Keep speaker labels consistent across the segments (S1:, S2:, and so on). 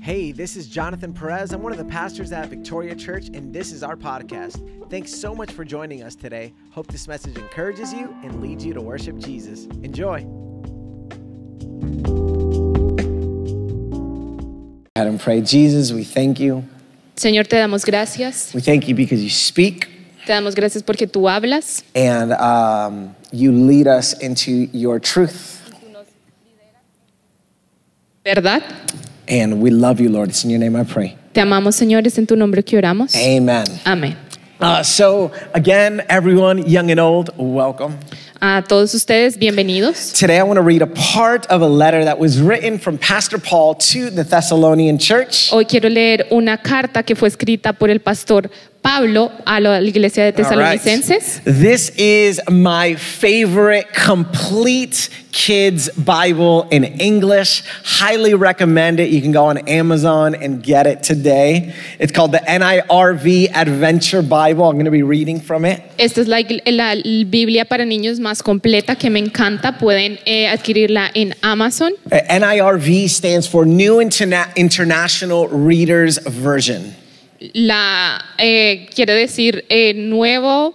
S1: Hey, this is Jonathan Perez. I'm one of the pastors at Victoria Church, and this is our podcast. Thanks so much for joining us today. Hope this message encourages you and leads you to worship Jesus. Enjoy. Had him pray, Jesus, we thank you.
S2: Señor, te damos gracias.
S1: We thank you because you speak
S2: Te damos gracias porque tú hablas
S1: and um, you lead us into your truth.
S2: verdad.
S1: And we love you, Lord. It's in your name I pray.
S2: Te amamos, Señor, es en tu nombre que oramos.
S1: Amen.
S2: Amén.
S1: Uh, so, again, everyone, young and old, welcome.
S2: A todos ustedes, bienvenidos.
S1: Today, I want to read a part of a letter that was written from Pastor Paul to the Thessalonian church.
S2: Hoy quiero leer una carta que fue escrita por el pastor Pablo a la iglesia de
S1: All right.
S2: Tesalonicenses.
S1: This is my favorite complete kids Bible in English. Highly recommend it. You can go on Amazon and get it today. It's called the NIRV Adventure Bible. I'm going to be reading from it.
S2: Esta es la, igl- la Biblia para niños más completa que me encanta. Pueden eh, adquirirla en Amazon.
S1: Uh, NIRV stands for New Interna- International Readers Version.
S2: La eh, quiere decir eh, nuevo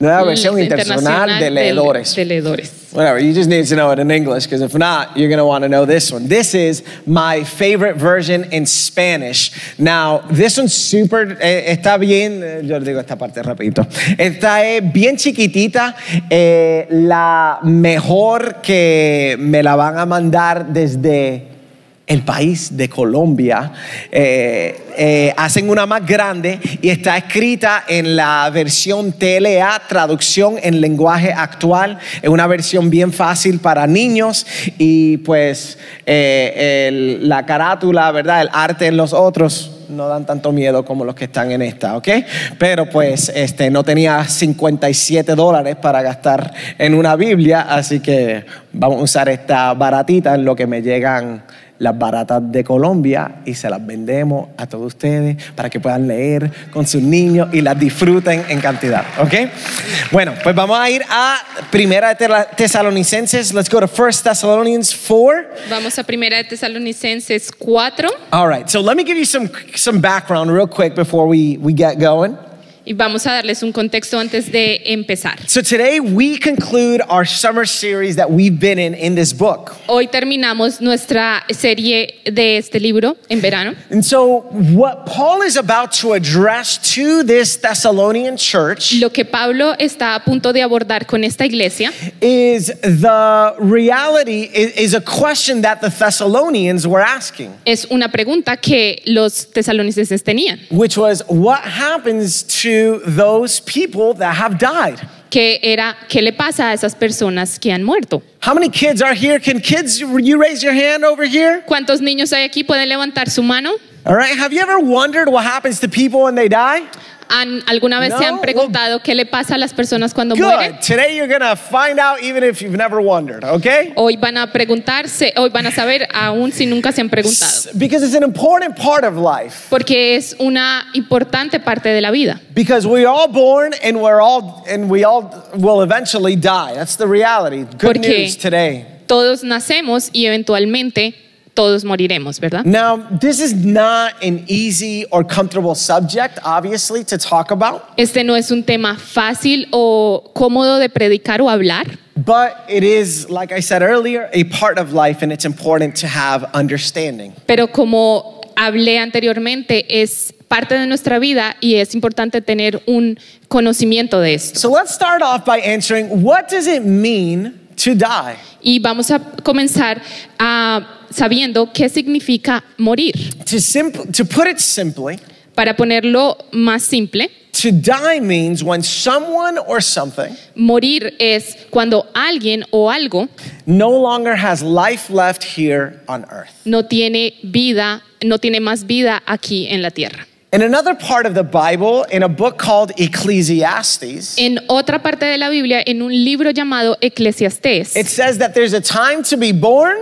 S1: Nueva versión internacional
S2: Mm, internacional
S1: de
S2: del-
S1: leedores.
S2: de leedores.
S1: Whatever, you just need to know it in English because if not, you're going to want to know this one. This is my favorite version in Spanish. Now, this one's super, eh, está bien, eh, yo le digo esta parte rapidito. Esta es bien chiquitita, eh, la mejor que me la van a mandar desde el país de Colombia, eh, eh, hacen una más grande y está escrita en la versión TLA, traducción en lenguaje actual, es una versión bien fácil para niños y pues eh, el- la carátula, ¿verdad? El arte en los otros no dan tanto miedo como los que están en esta, ¿ok? Pero pues este, no tenía 57 dólares para gastar en una Biblia, así que vamos a usar esta baratita en lo que me llegan las baratas de Colombia y se las vendemos a todos ustedes para que puedan leer con sus niños y las disfruten en cantidad, ¿ok? Bueno, pues vamos a ir a Primera de Tela- Tesalonicenses. Let's go to First Thessalonians 4.
S2: Vamos a primera de Tesalonicenses 4
S1: All right, so let me give you some some background real quick before we we get going.
S2: y vamos a darles un contexto antes de empezar.
S1: So today we conclude our summer series that we've been in in this book.
S2: Hoy terminamos nuestra serie de este libro en verano
S1: And so what Paul is about to address to this Thessalonian
S2: y
S1: church
S2: lo que Pablo está a punto de abordar con esta iglesia
S1: is the reality is, is a question that the Thessalonians were asking,
S2: es una pregunta que los tesalonicenses tenían,
S1: which was what happens to those people that have died?
S2: que era ¿qué le pasa a esas personas que han muerto?
S1: How many kids are here? Can kids you raise your hand over here?
S2: ¿Cuántos niños hay aquí? ¿Pueden levantar su mano?
S1: All right, have you ever wondered what happens to people when they die?
S2: ¿Han- ¿Alguna vez se
S1: No,
S2: han preguntado qué le pasa a las personas cuando mueren?
S1: Good. Today you're going to find out even if you've never wondered, okay?
S2: Hoy van a preguntarse, hoy van a saber aún si nunca se han preguntado,
S1: Because it's an important part of life.
S2: porque es una importante parte de la vida,
S1: Because we're all born and we're all and we all will eventually die. That's the reality. Good
S2: Porque-
S1: news today.
S2: todos nacemos y eventualmente todos moriremos, ¿verdad?
S1: Now, this is not an easy or comfortable subject obviously to talk about,
S2: Este no es un tema fácil o cómodo de predicar o hablar,
S1: but it is like I said earlier, a part of life and it's important to have understanding.
S2: pero como hablé anteriormente, es parte de nuestra vida y es importante tener un conocimiento de esto.
S1: So let's start off by answering what does it mean to die?
S2: Y vamos a comenzar ah, sabiendo qué significa morir.
S1: To simp- to put it simply,
S2: Para ponerlo más simple,
S1: To die means when someone or something
S2: Morir es cuando alguien o algo
S1: no longer has life left here on earth.
S2: no tiene vida, no tiene más vida aquí en la tierra.
S1: In another part of the Bible, in a book called Ecclesiastes,
S2: En otra parte de la Biblia, en un libro llamado
S1: it
S2: Eclesiastés,
S1: says that there's a time to be born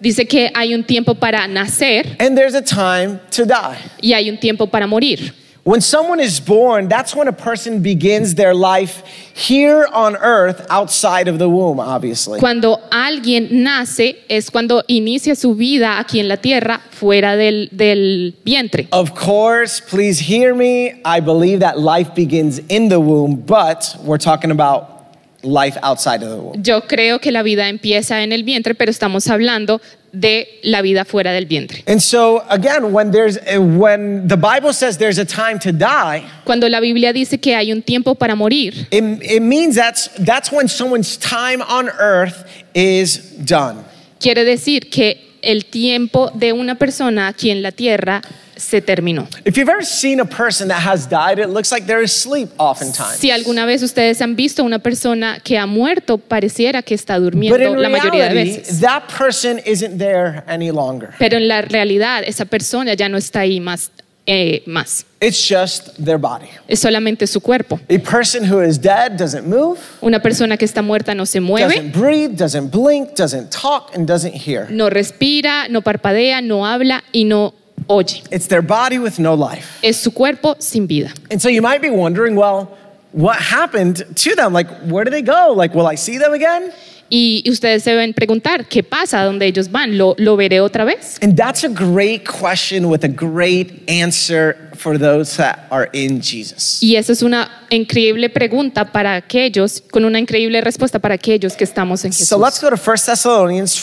S2: dice que hay un tiempo para nacer
S1: and there's a time to die.
S2: y hay un tiempo para morir.
S1: When someone is born, that's when a person begins their life here on earth outside of the womb, obviously.
S2: Cuando alguien nace es cuando inicia su vida aquí en la tierra fuera del, del vientre.
S1: Of course, please hear me. I believe that life begins in the womb, but we're talking about life outside of the womb.
S2: Yo creo que la vida empieza en el vientre, pero estamos hablando de la vida fuera del vientre.
S1: And so again, when there's uh, when the Bible says there's a time to die,
S2: Cuando la Biblia dice que hay un tiempo para morir,
S1: it, it means that's that's when someone's time on earth is done.
S2: quiere decir que el tiempo de una persona aquí en la tierra se terminó.
S1: If you've ever seen a person that has died, it looks like they're asleep oftentimes.
S2: Si alguna vez ustedes han visto una persona que ha muerto, pareciera que está durmiendo
S1: But in
S2: la mayoría de
S1: reality,
S2: veces.
S1: that person isn't there any longer.
S2: Pero en la realidad, esa persona ya no está ahí más. eh, más.
S1: It's just their body.
S2: Es solamente su cuerpo.
S1: A person who is dead doesn't move,
S2: Una persona que está muerta no se mueve,
S1: doesn't breathe, doesn't blink, doesn't talk, and doesn't hear.
S2: no respira, no parpadea, no habla y no oye.
S1: It's their body with no life.
S2: Es su cuerpo sin vida.
S1: And so you might be wondering, well, what happened to them? Like, where do they go? Like, will I see them again?
S2: Y ustedes se deben preguntar, ¿qué pasa? ¿A ¿Dónde ellos van? ¿Lo, lo veré otra vez?
S1: And that's a great question with a great answer for those that are in Jesus.
S2: Y esa es una increíble pregunta para aquellos, con una increíble respuesta para aquellos que estamos en Jesús.
S1: So let's go to 1 Thessalonians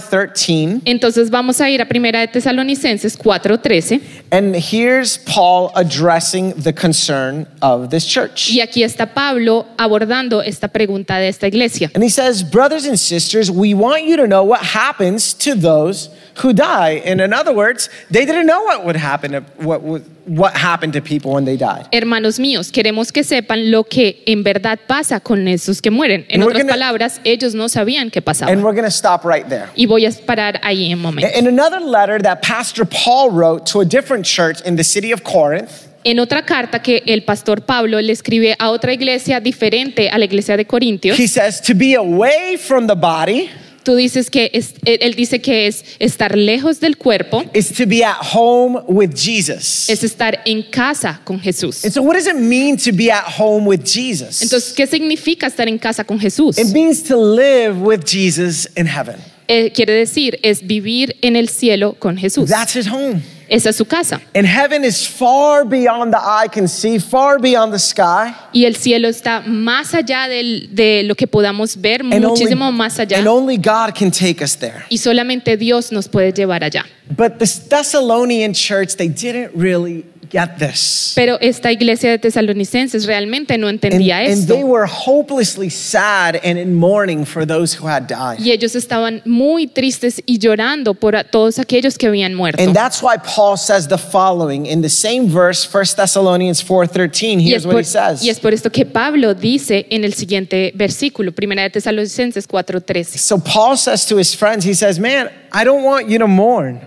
S1: 4:13
S2: Entonces vamos a ir a Primera de Tesalonicenses 4.13
S1: and here's Paul addressing the concern of this church.
S2: y aquí está Pablo abordando esta pregunta de esta iglesia.
S1: And he says, "Brothers and sisters, we want you to know what happens to those who die." And in other words, they didn't know what would happen to, what would- what happened to people when they died.
S2: Hermanos míos, queremos que sepan lo que en verdad pasa con esos que mueren. En
S1: And we're
S2: otras
S1: gonna-
S2: palabras, ellos no sabían qué pasaba.
S1: And we're going to stop right there.
S2: y voy a parar ahí un momento.
S1: In another letter that Pastor Paul wrote to a different church in the city of Corinth,
S2: En otra carta que el pastor Pablo le escribe a otra iglesia diferente a la iglesia de Corintios,
S1: he says, "To be away from the body
S2: tú dices que es- él él dice que es estar lejos del cuerpo,
S1: is to be at home with Jesus."
S2: es estar en casa con Jesús.
S1: And so, what does it mean to be at home with Jesus?
S2: Entonces, ¿qué significa estar en casa con Jesús?
S1: it means to live with Jesus in heaven.
S2: Eh, quiere decir, es vivir en el cielo con Jesús.
S1: That's his home.
S2: Esa es su casa.
S1: And heaven is far beyond the eye can see, far beyond the sky,
S2: Y el cielo está más allá del- de lo que podamos ver,
S1: and
S2: muchísimo
S1: only,
S2: más allá.
S1: and only God can take us there.
S2: y solamente Dios nos puede llevar allá.
S1: But the Thessalonian church, they didn't really get this.
S2: Pero esta iglesia de tesalonicenses realmente no
S1: And,
S2: entendía
S1: and
S2: esto.
S1: they were hopelessly sad and in mourning for those who had died.
S2: y ellos estaban muy tristes y llorando por a- todos aquellos que habían muerto.
S1: And that's why Paul says the following in the same verse, 1 Thessalonians 4:13.
S2: Y
S1: Here's
S2: es,
S1: what
S2: por,
S1: he says.
S2: y es por esto que Pablo dice en el siguiente versículo, Primera de Tesalonicenses 4:13.
S1: So Paul says to his friends, he says, "Man, I don't want you to mourn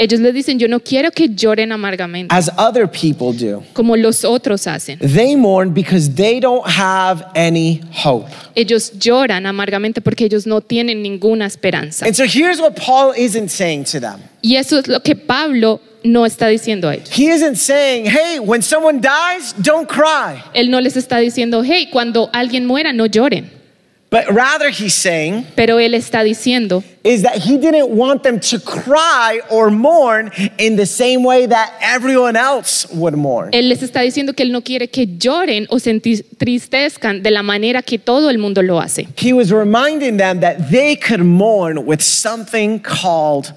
S2: Ellos le dicen, yo no quiero que lloren amargamente
S1: as other people do.
S2: como los otros hacen.
S1: They mourn because they don't have any hope."
S2: Ellos lloran amargamente porque ellos no tienen ninguna esperanza.
S1: And so here's what Paul isn't saying to them.
S2: Y eso es lo que Pablo no está diciendo a ellos.
S1: He isn't saying, "Hey, when someone dies, don't cry."
S2: Él no les está diciendo, hey, cuando alguien muera, no lloren.
S1: But rather he's saying
S2: Pero él está diciendo
S1: is that he didn't want them to cry or mourn in the same way that everyone else would mourn.
S2: Él les está diciendo que Él no quiere que lloren o se enti- tristezcan de la manera que todo el mundo lo hace.
S1: He was reminding them that they could mourn with something called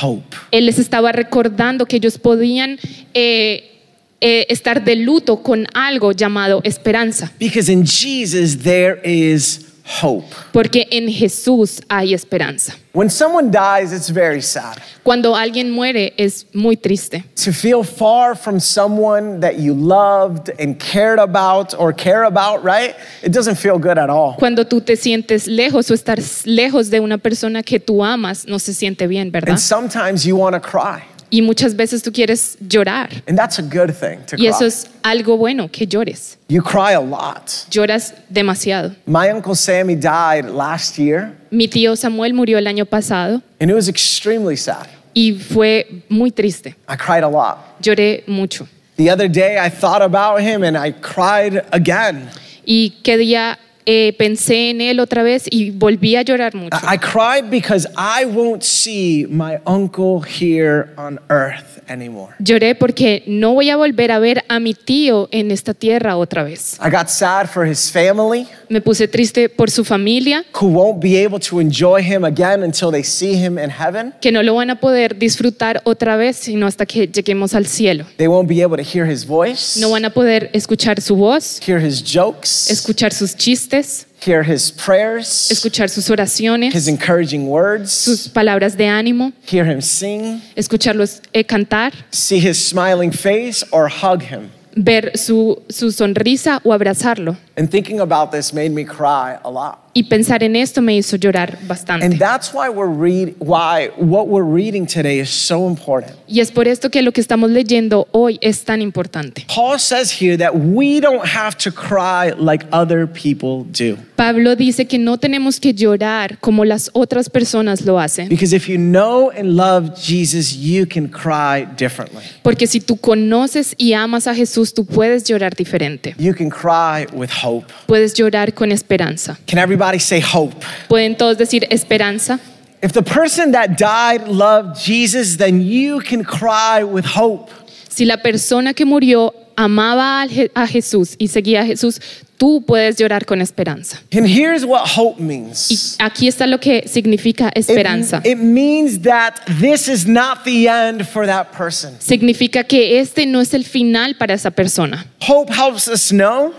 S1: hope.
S2: Él les estaba recordando que ellos podían eh, eh, estar de luto con algo llamado esperanza,
S1: Because in Jesus, there is hope.
S2: porque en Jesús hay esperanza.
S1: When someone dies, it's very sad.
S2: Cuando alguien muere es muy triste.
S1: To feel far from someone that you loved and cared about or care about, right? It doesn't feel good at all.
S2: Cuando tú te sientes lejos o estás lejos de una persona que tú amas, no se siente bien, ¿verdad?
S1: And sometimes you want to cry.
S2: Y muchas veces tú quieres llorar.
S1: And that's a good thing to
S2: Y eso
S1: cry.
S2: es algo bueno, que llores.
S1: You cry a lot.
S2: Lloras demasiado.
S1: My uncle Sammy died last year,
S2: Mi tío Samuel murió el año pasado
S1: and it was extremely sad.
S2: y fue muy triste.
S1: I cried a lot.
S2: Lloré mucho.
S1: The other day I thought about him and I cried again.
S2: Y qué día eh, pensé en él otra vez y volví a llorar mucho.
S1: I I cried because I won't see my uncle here on earth anymore.
S2: Lloré porque no voy a volver a ver a mi tío en esta tierra otra vez.
S1: I got sad for his family
S2: Me puse triste por su familia,
S1: who won't be able to enjoy him again until they see him in heaven.
S2: que no lo van a poder disfrutar otra vez sino hasta que lleguemos al cielo.
S1: They won't be able to hear his voice,
S2: No van a poder escuchar su voz,
S1: hear his jokes,
S2: escuchar sus chistes,
S1: hear his prayers,
S2: escuchar sus oraciones,
S1: his encouraging
S2: sus
S1: words,
S2: palabras de ánimo,
S1: hear him sing,
S2: escucharlos eh, cantar,
S1: see his smiling face, or hug him.
S2: ver su, su sonrisa o abrazarlo.
S1: And thinking about this made me cry a lot.
S2: Y pensar en esto me hizo llorar
S1: And
S2: bastante.
S1: that's why we're read why what we're reading today is so important.
S2: Y es por esto que lo que estamos leyendo hoy es tan importante.
S1: Paul says here that we don't have to cry like other people do.
S2: Pablo dice que no tenemos que llorar como las otras personas lo hacen,
S1: Because if you know and love Jesus, you can cry differently.
S2: porque si tú conoces y amas a Jesús, tú puedes llorar diferente.
S1: You can cry with hope.
S2: Puedes llorar con esperanza.
S1: Can everybody say hope?
S2: Pueden todos decir esperanza.
S1: If the person that died loved Jesus, then you can cry with hope.
S2: Si la persona que murió amaba al Je- a Jesús y seguía a Jesús, tú puedes llorar con esperanza.
S1: And here's what hope
S2: Y
S1: means.
S2: aquí está lo que significa
S1: It-
S2: esperanza.
S1: it means that this is not the end for that person.
S2: Significa que este no es el final para esa persona.
S1: Hope helps us know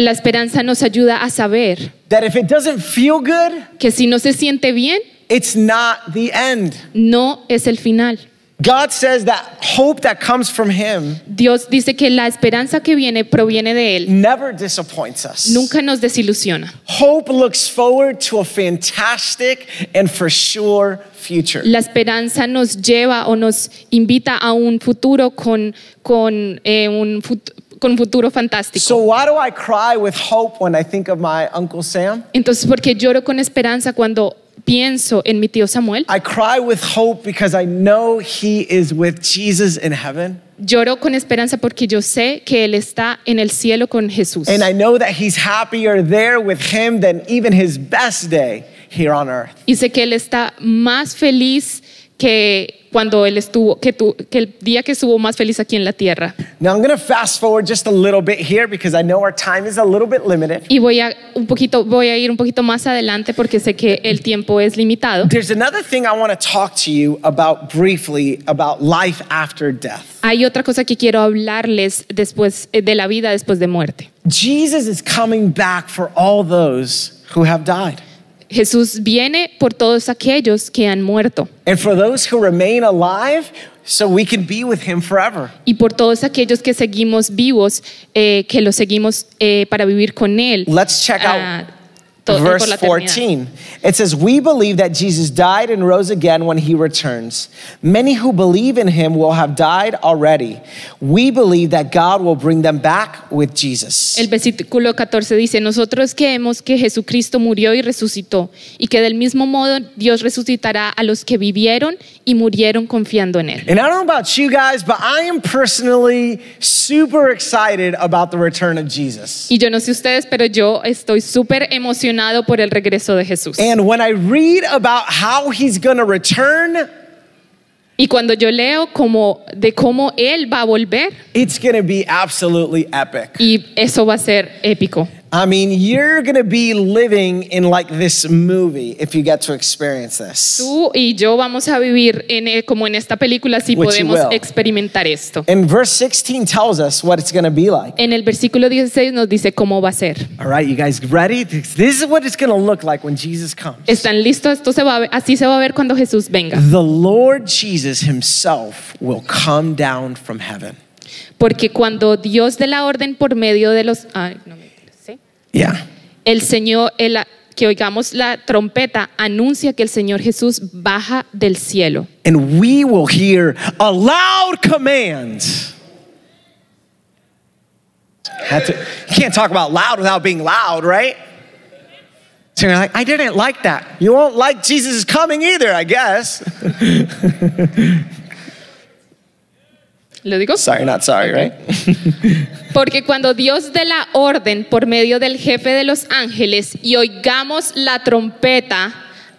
S2: La esperanza nos ayuda a saber
S1: that if it doesn't feel good,
S2: que si no se siente bien,
S1: it's not the end.
S2: no es el final.
S1: God says that hope that comes from Him
S2: Dios dice que la esperanza que viene proviene de Él.
S1: never disappoints us.
S2: Nunca nos desilusiona.
S1: Hope looks forward to a fantastic and for sure future.
S2: La esperanza nos lleva o nos invita a un futuro con, con, eh, un, fut- con un futuro fantástico.
S1: So, why do I cry with hope when I think of my Uncle Sam?
S2: Entonces, ¿por qué lloro con esperanza cuando pienso en mi tío Samuel?
S1: I cry with hope because I know he is with Jesus in heaven.
S2: Lloro con esperanza porque yo sé que Él está en el cielo con Jesús.
S1: And I know that he's happier there with him than even his best day here on earth.
S2: Y sé que Él está más feliz que cuando Él estuvo, que, tu- que el día que estuvo más feliz aquí en la tierra.
S1: Now, I'm going to fast forward just a little bit here because I know our time is a little bit limited.
S2: Y voy a, un poquito, voy a ir un poquito más adelante porque sé que el tiempo es limitado.
S1: There's another thing I want to talk to you about briefly about life after death.
S2: Hay otra cosa que quiero hablarles después eh, de la vida después de muerte.
S1: Jesus is coming back for all those who have died.
S2: Jesús viene por todos aquellos que han muerto
S1: And for those who remain alive, so we can be with him forever.
S2: y por todos aquellos que seguimos vivos, eh, que los seguimos eh, para vivir con Él.
S1: Let's check out
S2: Ah, to- eh, por
S1: Verse
S2: la eternidad.
S1: 14. It says, We believe that Jesus died and rose again when he returns. Many who believe in him will have died already. We believe that God will bring them back with Jesus.
S2: El versículo 14 dice, nosotros creemos que Jesucristo murió y resucitó, y que del mismo modo Dios resucitará a los que vivieron y murieron confiando en Él.
S1: And I don't know about you guys, but I am personally super excited about the return of Jesus.
S2: Y yo no sé ustedes, pero yo estoy súper emocionado por el regreso de Jesús.
S1: And when I read about how he's gonna return,
S2: Y cuando yo leo como de cómo Él va a volver,
S1: it's gonna be absolutely epic.
S2: y eso va a ser épico.
S1: I mean, you're gonna be living in like this movie if you get to experience this.
S2: Tú y yo vamos a vivir en, eh, como en esta película si
S1: Which you
S2: podemos
S1: will.
S2: experimentar esto.
S1: And verse 16 tells us what it's going to be like.
S2: En el versículo 16 nos dice cómo va a ser.
S1: All right, you guys ready? This this is what it's going to look like when Jesus comes.
S2: ¿Están listos? Esto se va a ver- así se va a ver cuando Jesús venga.
S1: The Lord Jesus himself will come down from heaven.
S2: Porque cuando Dios dé la orden por medio de los... ay, no, mentira, ¿sí?
S1: Yeah.
S2: El Señor, el- que oigamos la trompeta, anuncia que el Señor Jesús baja del cielo.
S1: And we will hear a loud command. Had to- you can't talk about loud without being loud, right? So you're like, I didn't like that. You won't like Jesus is coming either, I guess.
S2: ¿Lo digo?
S1: Sorry, not sorry, right?
S2: Porque cuando Dios dé la orden por medio del jefe de los ángeles y oigamos la trompeta,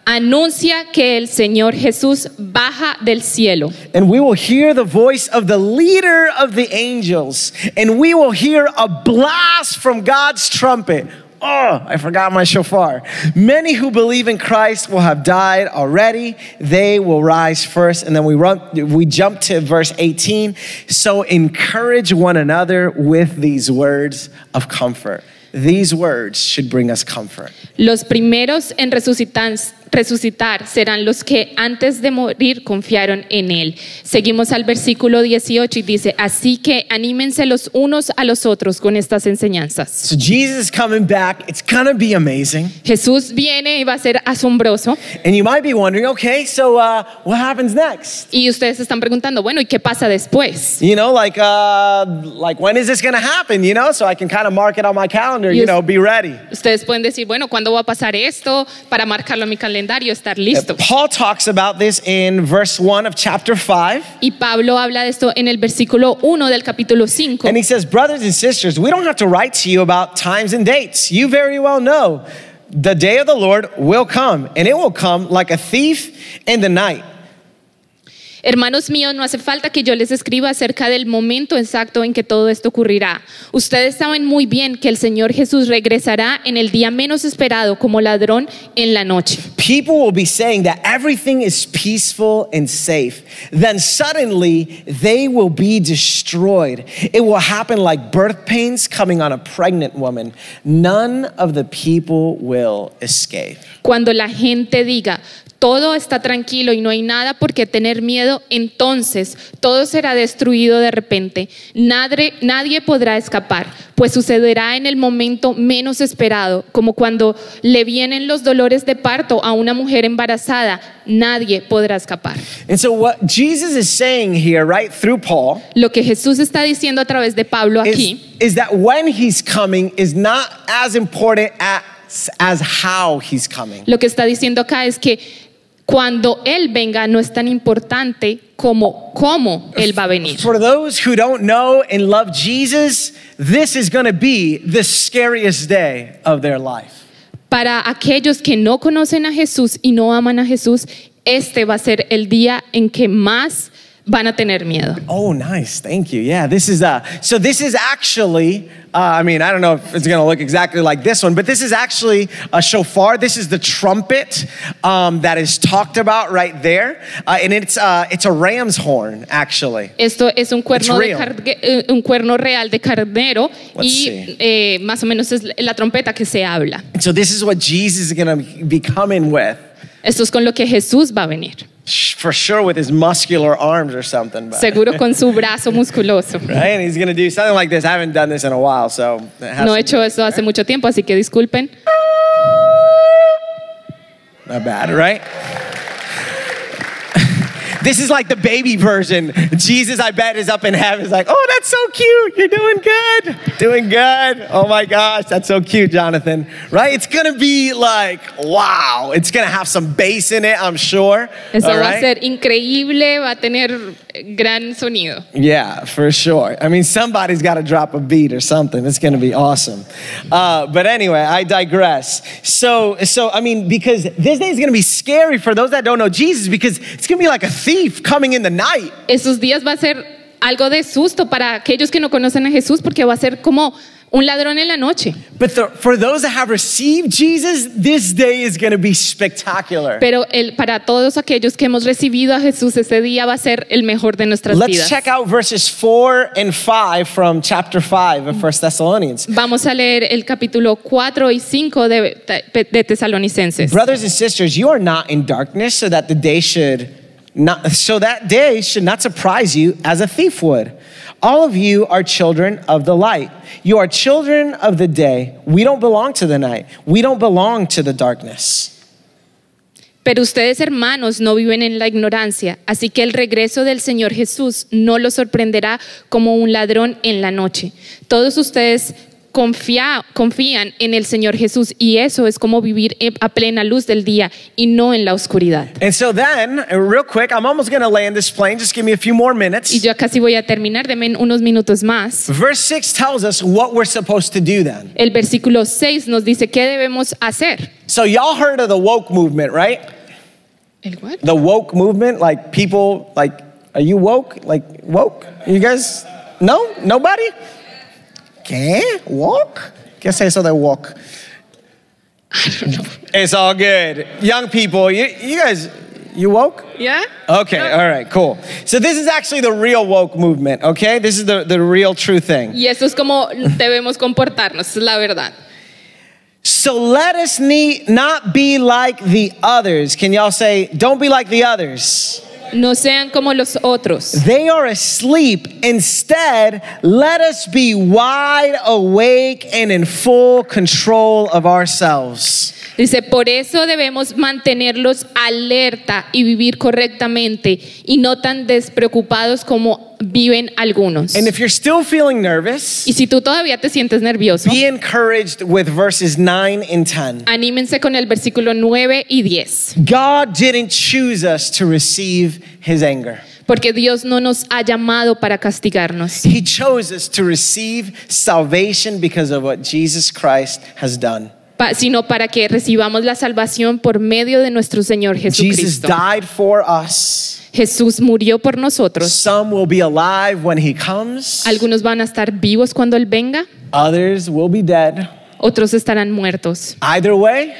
S2: anuncia que el Señor Jesús baja del cielo.
S1: And we will hear the voice of the leader of the angels, and we will hear a blast from God's trumpet. Oh, I forgot my shofar. Many who believe in Christ will have died already. They will rise first. And then we run we jump to verse 18. So encourage one another with these words of comfort. These words should bring us comfort.
S2: Los primeros en resucitan- resucitar serán los que antes de morir confiaron en Él. Seguimos al versículo 18 y dice, así que anímense los unos a los otros con estas enseñanzas.
S1: So Jesus is coming back. It's gonna be amazing.
S2: Jesús viene y va a ser asombroso
S1: And you might be wondering, okay, so uh, what happens next?
S2: y ustedes se están preguntando, bueno, ¿y qué pasa después?
S1: You know, like, uh, like when is this going to happen? You know, so I can kind of mark it on my calendar. You
S2: Yes.
S1: know, be ready.
S2: Ustedes pueden decir, bueno, ¿cuándo va a pasar esto? Para marcarlo en mi calendario, estar listo.
S1: Paul talks about this in verse one of chapter five,
S2: Y Pablo habla de esto en el versículo 1 del capítulo 5.
S1: and he says, "Brothers and sisters, we don't have to write to you about times and dates. You very well know the day of the Lord will come, and it will come like a thief in the night."
S2: Hermanos míos, no hace falta que yo les escriba acerca del momento exacto en que todo esto ocurrirá. Ustedes saben muy bien que el Señor Jesús regresará en el día menos esperado como ladrón en la noche.
S1: People will be saying that everything is peaceful and safe. Then suddenly they will be destroyed. It will happen like birth pains coming on a pregnant woman. None of the people will escape.
S2: Cuando la gente diga, todo está tranquilo y no hay nada por qué tener miedo, entonces todo será destruido de repente. Nadie, nadie podrá escapar, pues sucederá en el momento menos esperado, como cuando le vienen los dolores de parto a una mujer embarazada, nadie podrá escapar.
S1: And so, what Jesus is saying here, right through Paul,
S2: Lo que Jesús está diciendo a través de Pablo
S1: is,
S2: aquí
S1: is that when he's coming is not as important as, as how he's coming.
S2: Lo que está diciendo acá es que cuando Él venga no es tan importante como cómo Él va a venir.
S1: For those who don't know and love Jesus, this is going to be the scariest day of their life.
S2: Para aquellos que no conocen a Jesús y no aman a Jesús, este va a ser el día en que más van a tener miedo.
S1: Oh, nice. Thank you. Yeah, this is uh so this is actually uh, I mean, I don't know if it's going to look exactly like this one, but this is actually a shofar. This is the trumpet um, that is talked about right there. Uh, and it's uh, it's a ram's horn actually.
S2: Esto es un cuerno,
S1: It's
S2: de
S1: real.
S2: cargue- eh, un cuerno real de carnero
S1: Let's
S2: y
S1: see.
S2: eh, más o menos es la trompeta que se habla.
S1: And so this is what Jesus is going to be coming with.
S2: Esto es con lo que Jesús va a venir,
S1: Sh- For sure with his muscular arms or something. But.
S2: seguro con su brazo musculoso.
S1: Right? And he's going to do something like this. I haven't done this in a while, so it has
S2: No he
S1: to-
S2: hecho eso hace mucho tiempo, así que disculpen.
S1: Not bad, right? this is like the baby version. Jesus, I bet, is up in heaven. He's like, oh, that's so cute. You're doing good. Doing good. Oh my gosh, that's so cute, Jonathan. Right? It's gonna be like, wow. It's gonna have some bass in it, I'm sure.
S2: Eso
S1: All
S2: va a
S1: right?
S2: ser increíble, va a tener eh, gran sonido.
S1: Yeah, for sure. I mean, somebody's got to drop a beat or something. It's going to be awesome. Uh, but anyway, I digress. So, so I mean, because this day is going to be scary for those that don't know Jesus, because it's going to be like a thief coming in the night.
S2: Esos días va a ser algo de susto para aquellos que no conocen a Jesús porque va a ser como un ladrón en la noche.
S1: But the, for those that have received Jesus, this day is going to be spectacular.
S2: Pero el- para todos aquellos que hemos recibido a Jesús, ese día va a ser el mejor de nuestras
S1: Let's
S2: vidas.
S1: check out verses four and five from chapter five of First Thessalonians.
S2: Vamos a leer el capítulo 4 y 5 de, de Tesalonicenses.
S1: Brothers and sisters, you are not in darkness so that the day should not so that day should not surprise you as a thief would. All of you are children of the light. You are children of the day. We don't belong to the night. We don't belong to the darkness.
S2: Pero ustedes, hermanos, no viven en la ignorancia, así que el regreso del Señor Jesús no los sorprenderá como un ladrón en la noche. Todos ustedes co- confía- confían en el Señor Jesús y eso es como vivir en- a plena luz del día y no en la oscuridad.
S1: And so then, uh, real quick, I'm almost going to land this plane. Just give me a few more
S2: Y
S1: minutes.
S2: yo casi voy a terminar, denme unos minutos más.
S1: Verse 6 tells us what we're supposed to do then.
S2: El versículo 6 nos dice qué debemos hacer.
S1: So, y'all heard of the woke movement, right?
S2: ¿El cual?
S1: The woke movement, like people, like, are you woke? Like, woke? You guys? No? Nobody? ¿Qué? ¿Woke? ¿Qué es eso de woke? It's all good. Young people, you, you guys, you woke?
S2: ¿Ya?
S1: Okay, all right, cool. So this is actually the real woke movement, okay? This is the, the real true thing.
S2: Y eso es como debemos comportarnos, es la verdad.
S1: So let us ne- not be like the others. Can y'all say, don't be like the others?
S2: No sean como los otros.
S1: They are asleep. Instead, let us be wide awake and in full control of ourselves.
S2: Dice, por eso debemos mantenerlos alerta y vivir correctamente y no tan despreocupados como viven algunos.
S1: And if you're still feeling nervous,
S2: Y si tú todavía te sientes nervioso,
S1: be encouraged with verses 9 and 10.
S2: anímense con el versículo 9 y 10,
S1: God didn't choose us to receive his anger.
S2: porque Dios no nos ha llamado para castigarnos.
S1: He chose us to receive salvation because of what Jesus Christ has done.
S2: pa- sino para que recibamos la salvación por medio de nuestro Señor
S1: Jesus
S2: Jesucristo.
S1: died for us.
S2: Jesús murió por nosotros.
S1: Some will be alive when he comes,
S2: Algunos van a estar vivos cuando Él venga,
S1: others will be dead.
S2: otros estarán muertos.
S1: Either way,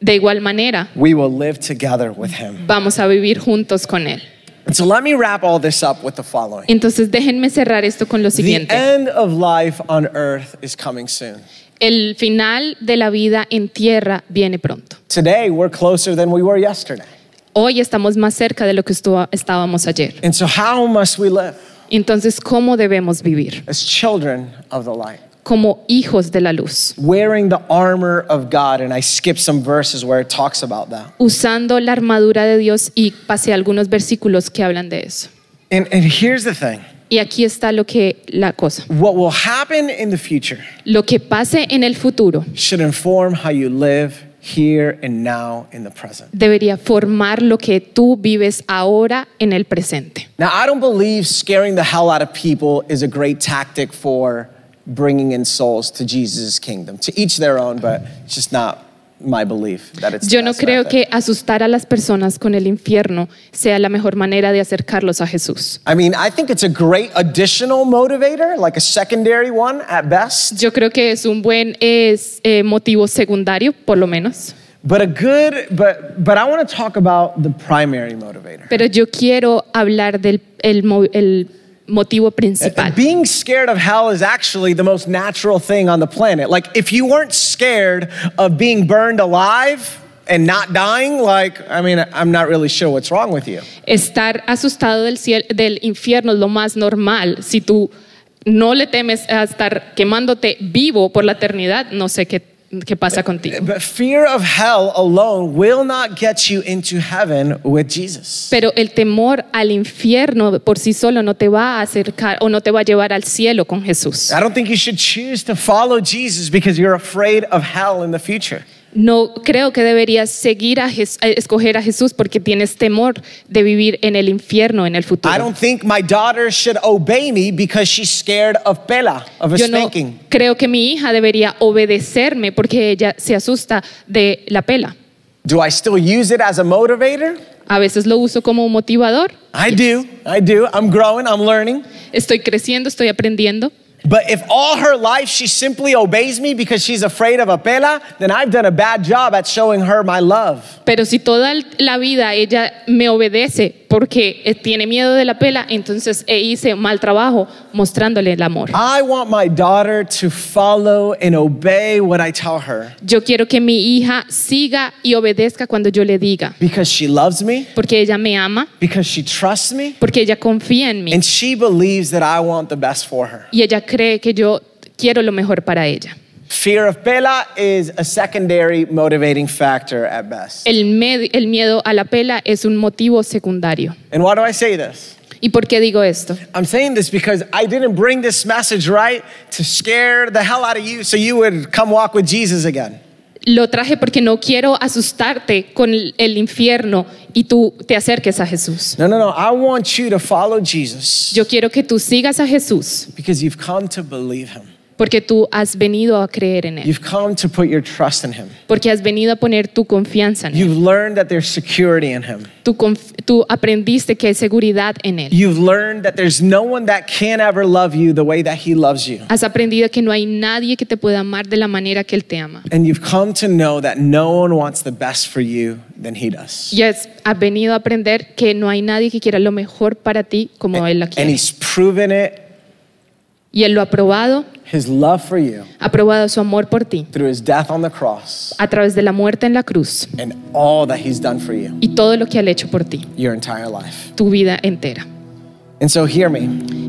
S2: De igual manera,
S1: we will live together with him.
S2: vamos a vivir juntos con Él.
S1: And so let me wrap all this up with the following.
S2: Entonces déjenme cerrar esto con lo
S1: The
S2: siguiente.
S1: end of life on earth is coming soon.
S2: El final de la vida en tierra viene pronto.
S1: Today, we're closer than we were yesterday.
S2: Hoy estamos más cerca de lo que estuvo- estábamos ayer.
S1: And so, how must we live
S2: Entonces, ¿cómo debemos vivir?
S1: as children of the light?
S2: Como hijos de la luz,
S1: wearing the armor of God. And I skipped some verses where it talks about that.
S2: usando la armadura de Dios y pasé algunos versículos que hablan de eso.
S1: And, and here's the thing
S2: Y aquí está lo que la cosa.
S1: what will happen in the future
S2: Lo que pase en el futuro
S1: should inform how you live here and now in the present.
S2: debería formar lo que tú vives ahora en el presente.
S1: Now, I don't believe scaring the hell out of people is a great tactic for bringing in souls to Jesus' kingdom. To each their own, but it's just not my belief that it's. the
S2: Yo no
S1: best
S2: creo
S1: method.
S2: que asustar a las personas con el infierno sea la mejor manera de acercarlos a Jesús.
S1: I mean, I think it's a great additional motivator, like a secondary one at best.
S2: Yo creo que es un buen es, eh, motivo secundario, por lo menos.
S1: But a good, but but I want to talk about the primary motivator.
S2: Pero yo quiero hablar del el mo- el motivo principal.
S1: Being scared of hell is actually the most natural thing on the planet. Like if you weren't scared of being burned alive and not dying, like I mean, I'm not really sure what's wrong with you.
S2: Estar asustado del, ciel- del infierno es lo más normal. Si tú no le temes a estar quemándote vivo por la eternidad, no sé qué, qué pasa contigo.
S1: But fear of hell alone will not get you into heaven with Jesus.
S2: Pero el temor al infierno por sí solo no te va a acercar o no te va a llevar al cielo con Jesús.
S1: I don't think you should choose to follow Jesus because you're afraid of hell in the future.
S2: No creo que deberías seguir a Jes- eh, escoger a Jesús porque tienes temor de vivir en el infierno en el
S1: I
S2: futuro.
S1: don't think my daughter should obey me because she's scared of Bella, of a
S2: Yo no
S1: spanking.
S2: creo que mi hija debería obedecerme porque ella se asusta de la pela.
S1: Do I still use it as a motivator?
S2: A veces lo uso como un motivador.
S1: I do. I do. I'm growing, I'm learning.
S2: Estoy creciendo, estoy aprendiendo.
S1: But if all her life she simply obeys me because she's afraid of a pela, then I've done a bad job at showing her my love.
S2: Pero si toda el- la vida ella me obedece porque eh, tiene miedo de la pela, entonces eh, hice mal trabajo mostrándole el amor.
S1: I want my daughter to follow and obey what I tell her
S2: Yo quiero que mi hija siga y obedezca cuando yo le diga,
S1: because she loves me,
S2: porque ella me ama,
S1: because she trusts me,
S2: porque ella confía en mí
S1: and she believes that I want the best for her.
S2: y ella cree que yo quiero lo mejor para ella.
S1: Fear of pela is a secondary motivating factor at best.
S2: El, med- el miedo a la pela es un motivo secundario.
S1: And why do I say this?
S2: ¿Y por qué digo esto?
S1: I'm saying this because I didn't bring this message right to scare the hell out of you so you would come walk with Jesus again.
S2: Lo traje porque no quiero asustarte con el el infierno y tú te acerques a Jesús.
S1: No, no, no. I want you to follow Jesus
S2: Yo quiero que tú sigas a Jesús
S1: because you've come to believe him.
S2: porque tú has venido a creer en Él,
S1: You've come to put your trust in him.
S2: porque has venido a poner tu confianza en Él.
S1: You've learned that there's security in him.
S2: Tú, conf- tú aprendiste que hay seguridad en Él.
S1: You've learned that there's no one that can ever love you the way that he loves you.
S2: Has aprendido que no hay nadie que te pueda amar de la manera que Él te ama.
S1: And you've come to know that no one wants the best for you than he does.
S2: Y has, has venido a aprender que no hay nadie que quiera lo mejor para ti como Él la
S1: And
S2: quiere.
S1: he's proven it,
S2: Y Él lo ha probado,
S1: his love for you,
S2: ha probado su amor por ti
S1: through his death on the cross
S2: a través de la muerte en la cruz
S1: and all that he's done for you
S2: y todo lo que Él ha hecho por ti,
S1: your entire life.
S2: tu vida entera.
S1: And so hear me.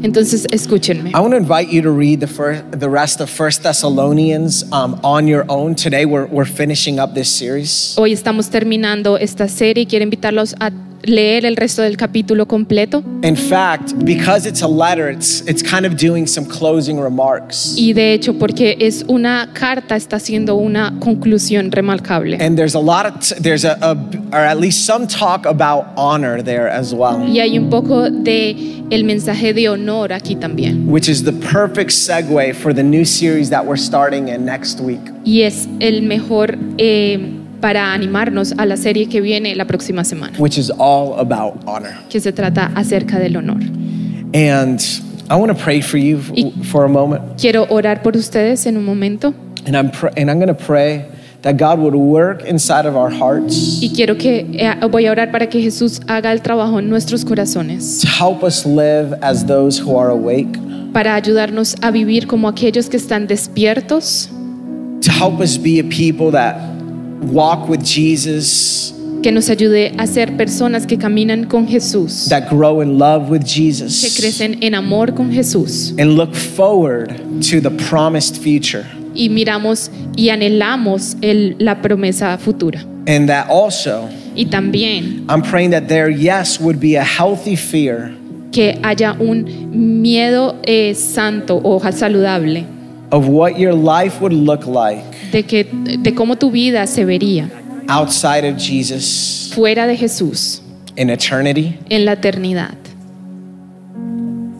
S2: Entonces, escúchenme.
S1: I want to invite you to read the, fir- the rest of First Thessalonians um, on your own. Today we're, we're finishing up this series.
S2: Hoy estamos terminando esta serie y quiero invitarlos a leer el resto del capítulo completo.
S1: In fact, because it's a letter, it's, it's kind of doing some closing remarks.
S2: Y de hecho, porque es una carta, está haciendo una conclusión remarcable.
S1: And there's a lot of, t- there's a, a- or at least some talk about honor there as well,
S2: Y hay un poco de el mensaje de honor aquí también.
S1: which is the perfect segue for the new series that we're starting in next week.
S2: Y es el mejor eh, para animarnos a la serie que viene la próxima semana,
S1: which is all about honor.
S2: que se trata acerca del honor.
S1: And I want to pray for you f- for a moment.
S2: Quiero orar por ustedes en un momento
S1: And I'm pr- and I'm going to pray that God would work inside of our hearts
S2: y quiero que eh, voy a orar para que Jesús haga el trabajo en nuestros corazones
S1: to help us live as those who are awake,
S2: para ayudarnos a vivir como aquellos que están despiertos,
S1: to help us be a people that walk with Jesus,
S2: que nos ayude a ser personas que caminan con Jesús,
S1: that grow in love with
S2: que
S1: Jesus,
S2: crecen en amor con Jesús
S1: and look forward to the promised future.
S2: y miramos y anhelamos el- la promesa futura.
S1: And that also,
S2: Y también
S1: I'm praying that there, yes, would be a healthy fear
S2: que haya un miedo eh, santo o saludable
S1: of what your life would look like
S2: de, que, de cómo tu vida se vería
S1: outside of Jesus
S2: fuera de Jesús
S1: in eternity.
S2: en la eternidad.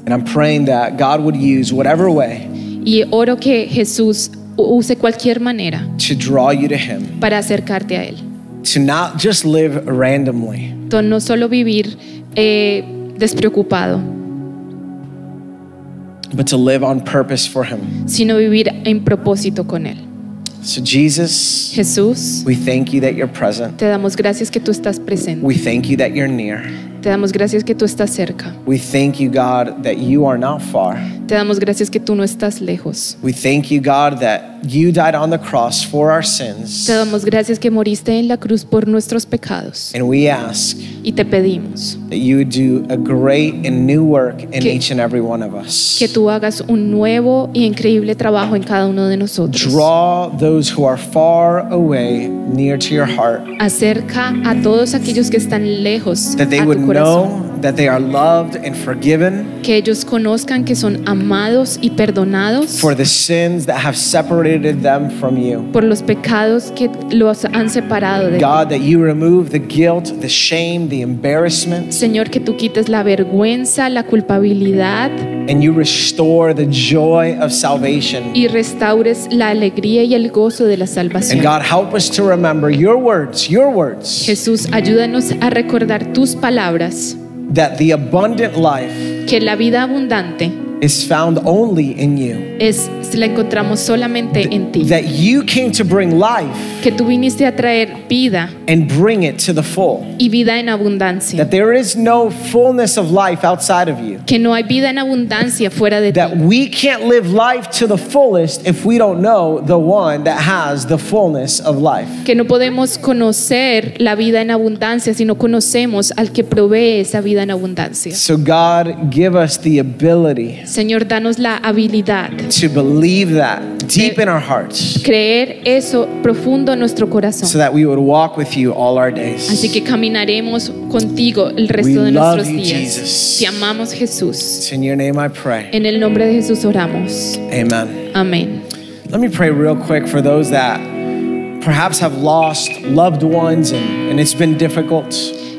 S1: And I'm praying that God would use whatever way
S2: Y oro que Jesús use cualquier manera
S1: to draw you to Him,
S2: para acercarte a Él.
S1: to not just live randomly,
S2: Entonces, no solo vivir eh, despreocupado,
S1: but to live on purpose for Him.
S2: sino vivir en propósito con Él.
S1: So, Jesus,
S2: Jesús,
S1: we thank you that you're present.
S2: te damos gracias que tú estás presente.
S1: We thank you that you're near.
S2: Te damos gracias que tú estás cerca.
S1: We thank you, God, that you are not far.
S2: Te damos gracias que tú no estás lejos.
S1: We thank you, God, that you died on the cross for our sins.
S2: Te damos gracias que moriste en la cruz por nuestros pecados.
S1: And we ask
S2: y te pedimos
S1: that you would do a great and new work in
S2: Que-
S1: each and every one of us.
S2: que tú hagas un nuevo y increíble trabajo en cada uno de nosotros.
S1: Draw those who are far away near to your heart,
S2: Acerca a todos aquellos que están lejos
S1: that they
S2: a
S1: would
S2: tu corazón.
S1: know that they are loved and forgiven
S2: Que ellos conozcan que son amados y perdonados
S1: for the sins that have separated them from you.
S2: por los pecados que los han separado de ti.
S1: God, that you remove the guilt, the shame, the embarrassment,
S2: Señor, que tú quites la vergüenza, la culpabilidad
S1: and you restore the joy of salvation.
S2: y restaures la alegría y el gozo de la
S1: And
S2: salvación.
S1: God, help us to remember your words, your words,
S2: Jesús, ayúdanos a recordar tus palabras,
S1: that the abundant life
S2: que la vida abundante
S1: is found only in you,
S2: es la encontramos solamente en ti.
S1: that you came to bring life
S2: que tú viniste a traer vida
S1: and bring it to the full.
S2: y vida en abundancia.
S1: that there is no fullness of life outside of you.
S2: Que no hay vida en abundancia fuera de ti.
S1: That we can't live life to the fullest if we don't know the one that has the fullness of life.
S2: Que no podemos conocer la vida en abundancia si no conocemos al que provee esa vida en abundancia.
S1: So, God, give us the ability
S2: Señor, danos la habilidad.
S1: to believe that deep in our hearts
S2: Creer eso profundo en nuestro corazón.
S1: so that we would walk with you all our days.
S2: Así que caminaremos contigo el resto
S1: We
S2: de
S1: love
S2: nuestros
S1: you,
S2: días.
S1: Jesus.
S2: Te amamos, Jesús.
S1: It's in your name I pray.
S2: En el nombre de Jesús oramos.
S1: Amen.
S2: Amén.
S1: Let me pray real quick for those that perhaps have lost loved ones and, and it's been difficult.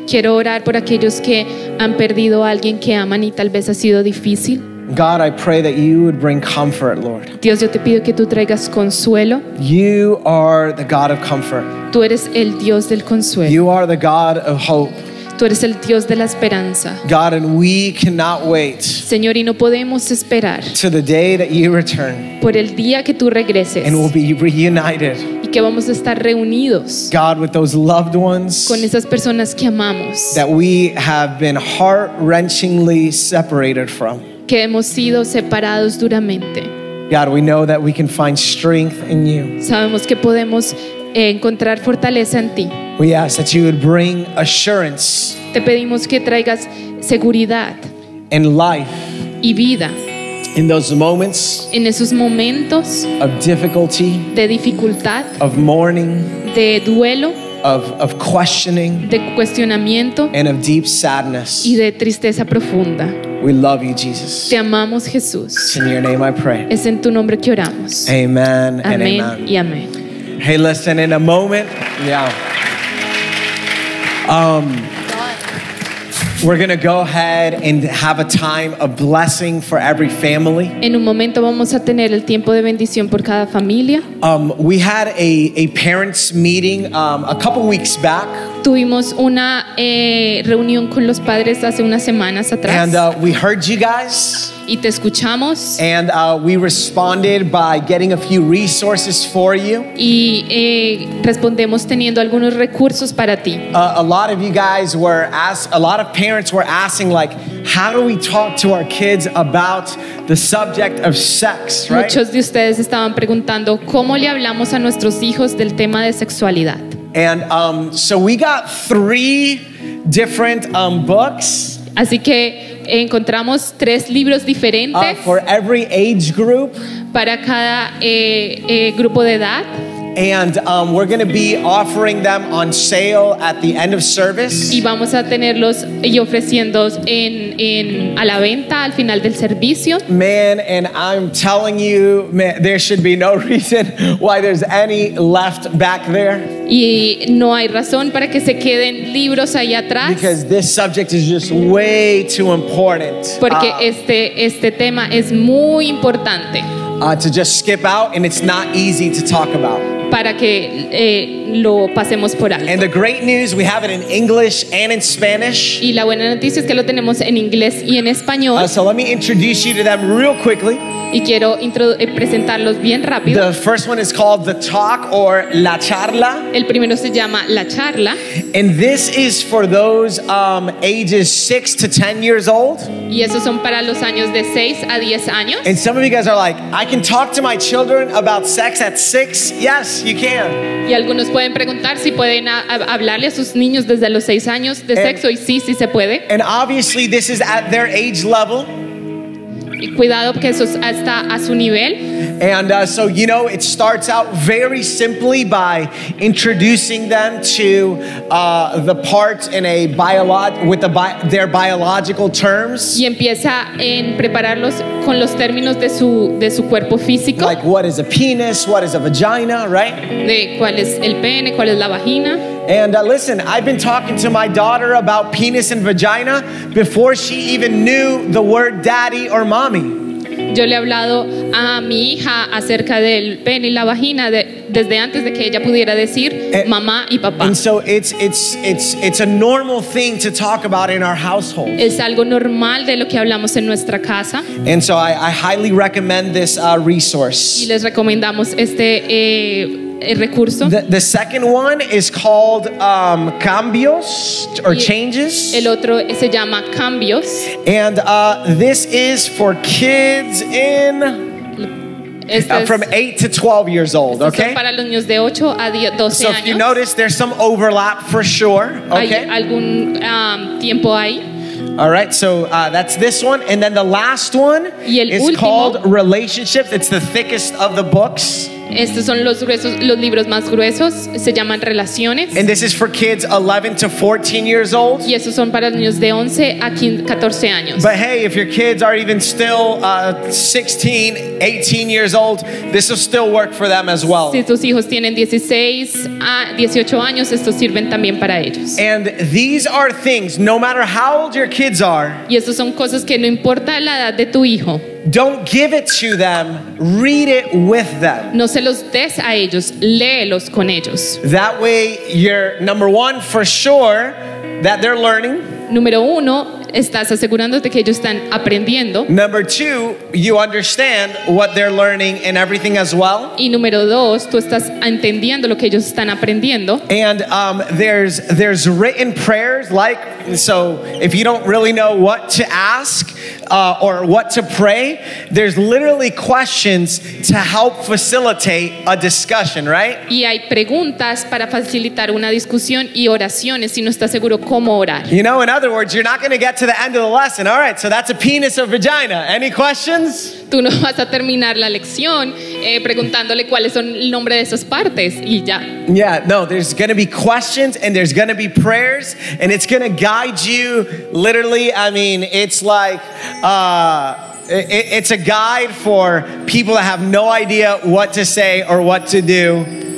S2: Quiero orar por aquellos que han perdido a alguien que aman y tal vez ha sido difícil.
S1: God, I pray that you would bring comfort, Lord.
S2: Dios, yo te pido que tú traigas consuelo.
S1: You are the God of comfort.
S2: Tú eres el Dios del consuelo.
S1: You are the God of hope.
S2: Tú eres el Dios de la esperanza.
S1: God, and we cannot wait
S2: Señor, y no podemos esperar
S1: to the day that you return
S2: por el día que tú regreses
S1: and we'll be reunited,
S2: y que vamos a estar reunidos
S1: God, with those loved ones
S2: con esas personas que amamos,
S1: that we have been heart wrenchingly separated from.
S2: que hemos sido separados duramente.
S1: God, we know that we can find strength in you.
S2: Sabemos que podemos eh, encontrar fortaleza en ti.
S1: We ask that you would bring assurance
S2: Te pedimos que traigas seguridad
S1: and life
S2: y vida
S1: in those moments
S2: en esos momentos
S1: of difficulty,
S2: de dificultad,
S1: of mourning,
S2: de duelo,
S1: of, of questioning,
S2: de cuestionamiento
S1: and of deep sadness.
S2: y de tristeza profunda.
S1: We love you, Jesus.
S2: Te amamos, Jesús.
S1: It's in your name I pray.
S2: Es en tu nombre que oramos.
S1: Amen and
S2: Amén
S1: amen.
S2: y amén.
S1: Hey, listen, in a moment, yeah. Um, we're going to go ahead and have a time of blessing for every family.
S2: En un momento vamos a tener el tiempo de bendición por cada familia.
S1: Um, we had a, a parents' meeting um, a couple weeks back,
S2: Tuvimos una eh, reunión con los padres hace unas semanas atrás
S1: and uh, we heard you guys,
S2: y te escuchamos
S1: and uh, we responded by getting a few resources for you.
S2: y eh, respondemos teniendo algunos recursos para ti.
S1: Uh, a lot of you guys were asked, a lot of parents were asking, like, how do we talk to our kids about the subject of sex, right?
S2: Muchos de ustedes estaban preguntando cómo le hablamos a nuestros hijos del tema de sexualidad.
S1: And um, so we got three different um, books
S2: Así que encontramos tres libros
S1: uh,
S2: diferentes
S1: for every age group.
S2: para cada eh, eh, grupo de edad
S1: And um, we're going to be offering them on sale at the end of service.
S2: y vamos a tenerlos y ofreciéndolos en, en- a la venta al final del servicio.
S1: Man, and I'm telling you, man, there should be no reason why there's any left back there
S2: Y no hay razón para que se queden libros ahí atrás
S1: because this subject is just way too important
S2: porque
S1: uh,
S2: este, este tema es muy importante
S1: uh, to just skip out, and it's not easy to talk about.
S2: para que eh, lo pasemos por alto.
S1: And the great news, we have it in English and in Spanish.
S2: Y la buena noticia es que lo tenemos en inglés y en español
S1: Uh, so let me introduce you to them real quickly.
S2: y quiero introdu- eh, presentarlos bien rápido.
S1: The first one is called The Talk or La Charla.
S2: El primero se llama La Charla
S1: And this is for those um, ages 6 to 10 years old.
S2: y esos son para los años de 6 a 10 años.
S1: And some of you guys are like, I can talk to my children about sex at 6. Yes, you can.
S2: Y algunos pueden preguntar si pueden a- a- hablarle a sus niños desde los 6 años de
S1: Eh.
S2: sexo y sí, sí se puede.
S1: And obviously, this is at their age level.
S2: Y cuidado que eso es hasta a su nivel.
S1: And uh, so, you know, it starts out very simply by introducing them to uh, the parts in a biolog- with the bi- their biological terms.
S2: Y empieza en prepararlos con los términos de su, de su cuerpo físico,
S1: like what is a penis, what is a vagina, right?
S2: de cuál es el pene, cuál es la vagina.
S1: And uh, listen, I've been talking to my daughter about penis and vagina before she even knew the word daddy or mommy.
S2: Yo le he hablado a mi hija acerca del pene y la vagina de- desde antes de que ella pudiera decir
S1: Eh.
S2: mamá y papá.
S1: And so it's it's it's it's a normal thing to talk about in our household.
S2: Es algo normal de lo que hablamos en nuestra casa.
S1: And so I, I highly recommend this uh,
S2: y
S1: resource.
S2: les recomendamos este eh, eh, recurso.
S1: The, the second one is called um, cambios or
S2: Y-
S1: changes.
S2: El otro se llama Cambios.
S1: And uh, this is for kids in
S2: Este
S1: uh,
S2: es-
S1: from 8 to 12 years old,
S2: estos son
S1: okay?
S2: para los niños de 8 a 10 12
S1: So if you
S2: años.
S1: notice, there's some overlap for sure.
S2: Hay
S1: Okay.
S2: algún um, tiempo ahí.
S1: All right, so uh, that's this one. And then the last one
S2: Y el
S1: is
S2: último.
S1: called Relationships. It's the thickest of the books.
S2: Estos son los, gruesos, los libros más gruesos, se llaman Relaciones.
S1: And this is for kids 11 to 14 years old.
S2: y esos son para niños de 11 a 15, 14 años.
S1: But hey, if your kids are even still uh, 16, 18 years old, this will still work for them as well.
S2: si tus hijos tienen 16 a 18 años, estos sirven también para ellos.
S1: And these are things, no matter how old your kids are,
S2: Y estos son cosas que no importa la edad de tu hijo,
S1: don't give it to them, read it with them.
S2: no se los des a ellos, léelos con ellos.
S1: That way, you're number one, for sure, that they're learning.
S2: Número uno, estás asegurándote que ellos están aprendiendo.
S1: Number two, you understand what they're learning and everything as well.
S2: Y número dos, tú estás entendiendo lo que ellos están aprendiendo.
S1: And um, there's there's written prayers like so if you don't really know what to ask uh, or what to pray, there's literally questions to help facilitate a discussion, right?
S2: Y hay preguntas para facilitar una discusión y oraciones si no estás seguro cómo orar.
S1: You know, in other words, you're not going to get to the end of the lesson. All right, so that's a penis or vagina. Any questions?
S2: Tú no vas a terminar la lección eh, preguntándole cuáles son el nombre de esas partes y ya.
S1: Yeah, no, there's going to be questions and there's going to be prayers and it's going to guide you literally. I mean, it's like uh it, it- it's a guide for people that have no idea what to say or what to do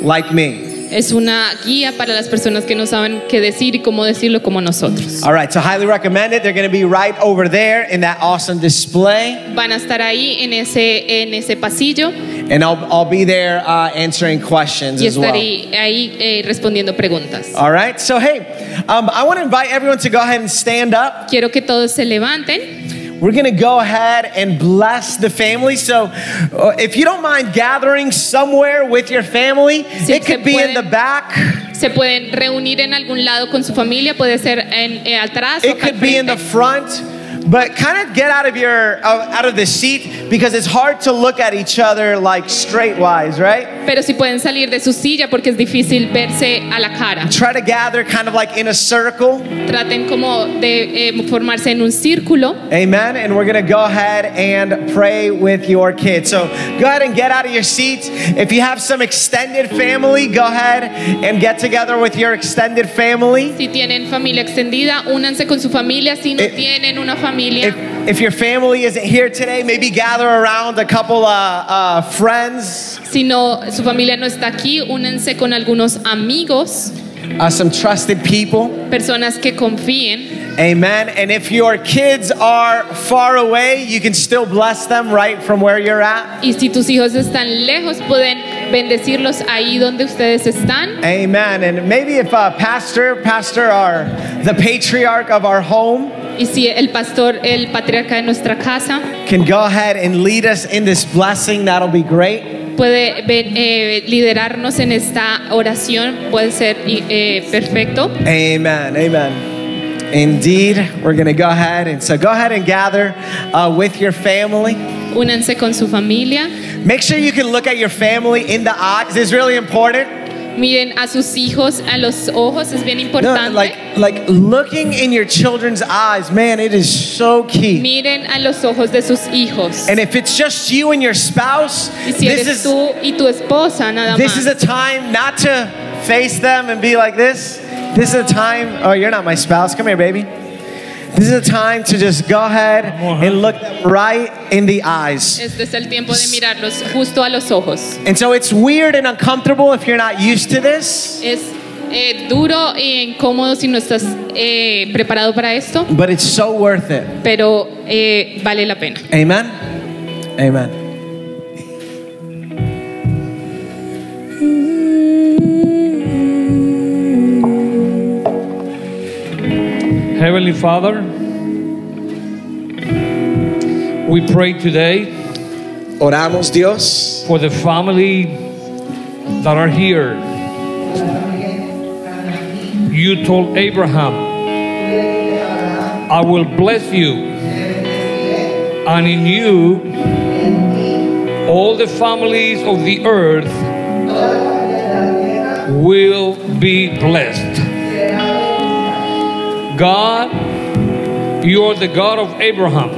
S1: like me.
S2: Es una guía para las personas que no saben qué decir y cómo decirlo como nosotros.
S1: All right, so highly recommend it. They're going to be right over there in that awesome display.
S2: Van a estar ahí en ese, en ese pasillo
S1: And I'll, I'll be there uh, answering questions
S2: y
S1: as well.
S2: estaré ahí eh, respondiendo preguntas.
S1: All right. So, hey, um, I want to invite everyone to go ahead and stand up.
S2: Quiero que todos se levanten.
S1: We're going to go ahead and bless the family. So, uh, if you don't mind gathering somewhere with your family,
S2: Si
S1: it could
S2: se
S1: be in
S2: pueden.
S1: the back,
S2: Se pueden reunir en algún lado con su familia, puede ser en, eh, atrás o
S1: it
S2: acá al
S1: could be in the
S2: frente.
S1: front. But kind of get out of your uh, out of the seat because it's hard to look at each other like straight wise, right?
S2: Pero si pueden salir de su silla porque es difícil verse a la cara.
S1: Try to gather kind of like in a circle.
S2: Traten como de eh, formarse en un círculo.
S1: Amen. And we're going to go ahead and pray with your kids. So go ahead and get out of your seats. If you have some extended family, go ahead and get together with your extended family.
S2: Si tienen familia extendida, únanse con su familia. Si no
S1: Eh,
S2: tienen una familia,
S1: If, if your family isn't here today, maybe gather around a couple uh, uh, friends,
S2: si no su familia no está aquí, únanse con algunos amigos,
S1: uh, some trusted people.
S2: personas que confíen.
S1: Amen. And if your kids are far away, you can still bless them right from where you're at.
S2: Y si tus hijos están lejos, pueden bendecirlos ahí donde ustedes están.
S1: Amen. And maybe if uh, pastor, pastor, are the patriarch of our home.
S2: Y si el pastor, el patriarca de nuestra casa,
S1: can go ahead and lead us in this blessing, that'll be great.
S2: puede ven- eh, liderarnos en esta oración, puede ser y- eh, perfecto.
S1: Amen. Amen. Indeed, we're going to go ahead and so go ahead and gather uh, with your family.
S2: Únanse con su familia.
S1: Make sure you can look at your family in the eyes. It's really important.
S2: Miren a sus hijos a los ojos, es bien
S1: No,
S2: importante.
S1: like like looking in your children's eyes, man, it is so key.
S2: Miren a los ojos de sus hijos.
S1: And if it's just you and your spouse,
S2: Y si
S1: this
S2: eres
S1: is
S2: tú y tu esposa nada
S1: this is
S2: más.
S1: a time not to face them and be like this. This is a time. Oh, you're not my spouse. Come here, baby. This is a time to just go ahead and look them right in the eyes.
S2: Este es el tiempo de mirarlos justo a los ojos.
S1: And so it's weird and uncomfortable if you're not used to this,
S2: Es eh, duro e incómodo si no estás eh, preparado para esto,
S1: but it's so worth it.
S2: pero eh, vale la pena.
S1: Amen. Amen.
S3: Heavenly Father, we pray today
S1: Oramos, Dios,
S3: for the family that are here. You told Abraham, I will bless you, and in you all the families of the earth will be blessed. God, You are the God of Abraham,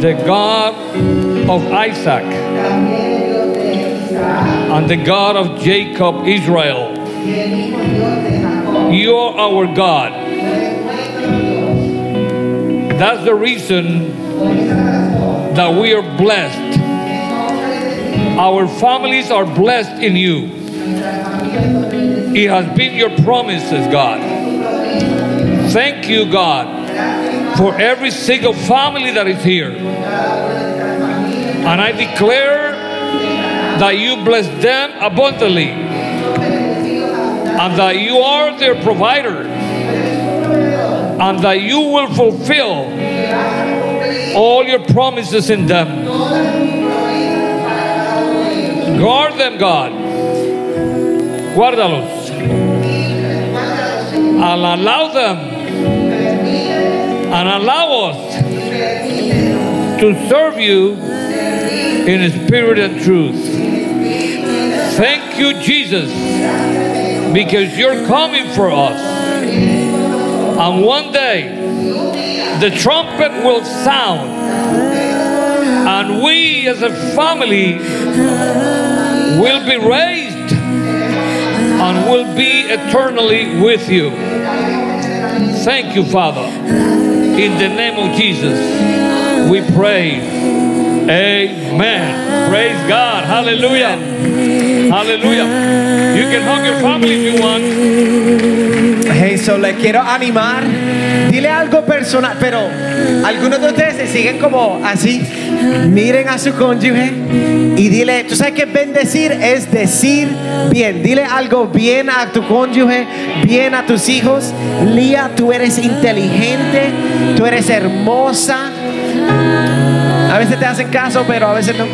S3: the God of Isaac, and the God of Jacob, Israel. You are our God. That's the reason that we are blessed. Our families are blessed in you. It has been your promises, God. Thank you, God, for every single family that is here. And I declare that you bless them abundantly and that you are their provider and that you will fulfill all your promises in them. Guard them, God. Guárdalos. And allow them. And allow us to serve you in spirit and truth. Thank you, Jesus, because you're coming for us. And one day, the trumpet will sound, and we as a family will be raised and will be eternally with you. Thank you, Father. In the name of Jesus, we pray. Amen. Praise God. Hallelujah. Hallelujah. You can hug your family if you want.
S1: Hey, so le quiero animar. Dile algo personal, pero algunos de ustedes se siguen como así. Miren a su cónyuge y dile, tú sabes que bendecir es decir bien. Dile algo bien a tu cónyuge, bien a tus hijos. Lía, tú eres inteligente, tú eres hermosa. A veces te hacen caso, pero a veces no.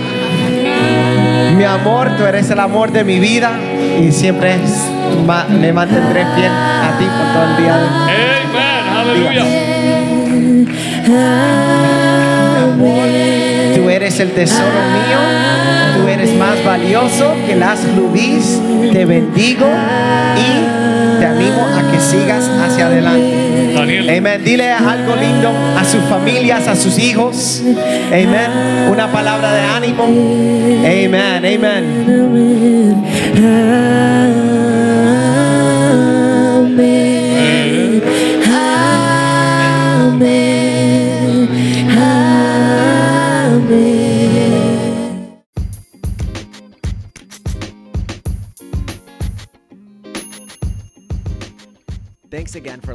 S1: Mi amor, tú eres el amor de mi vida y siempre es- ma- me mantendré fiel a ti por todo el día. de hoy.
S3: Amen. Hallelujah.
S1: amor, tú eres el tesoro mío, tú eres más valioso que las rubíes, te bendigo y te animo a que sigas hacia adelante.
S3: Daniel.
S1: Amén. Dile algo lindo a sus familias, a sus hijos. Amén. Una palabra de ánimo. Amén. Amén.
S4: Amén. Amén. Amén.
S1: Thanks again for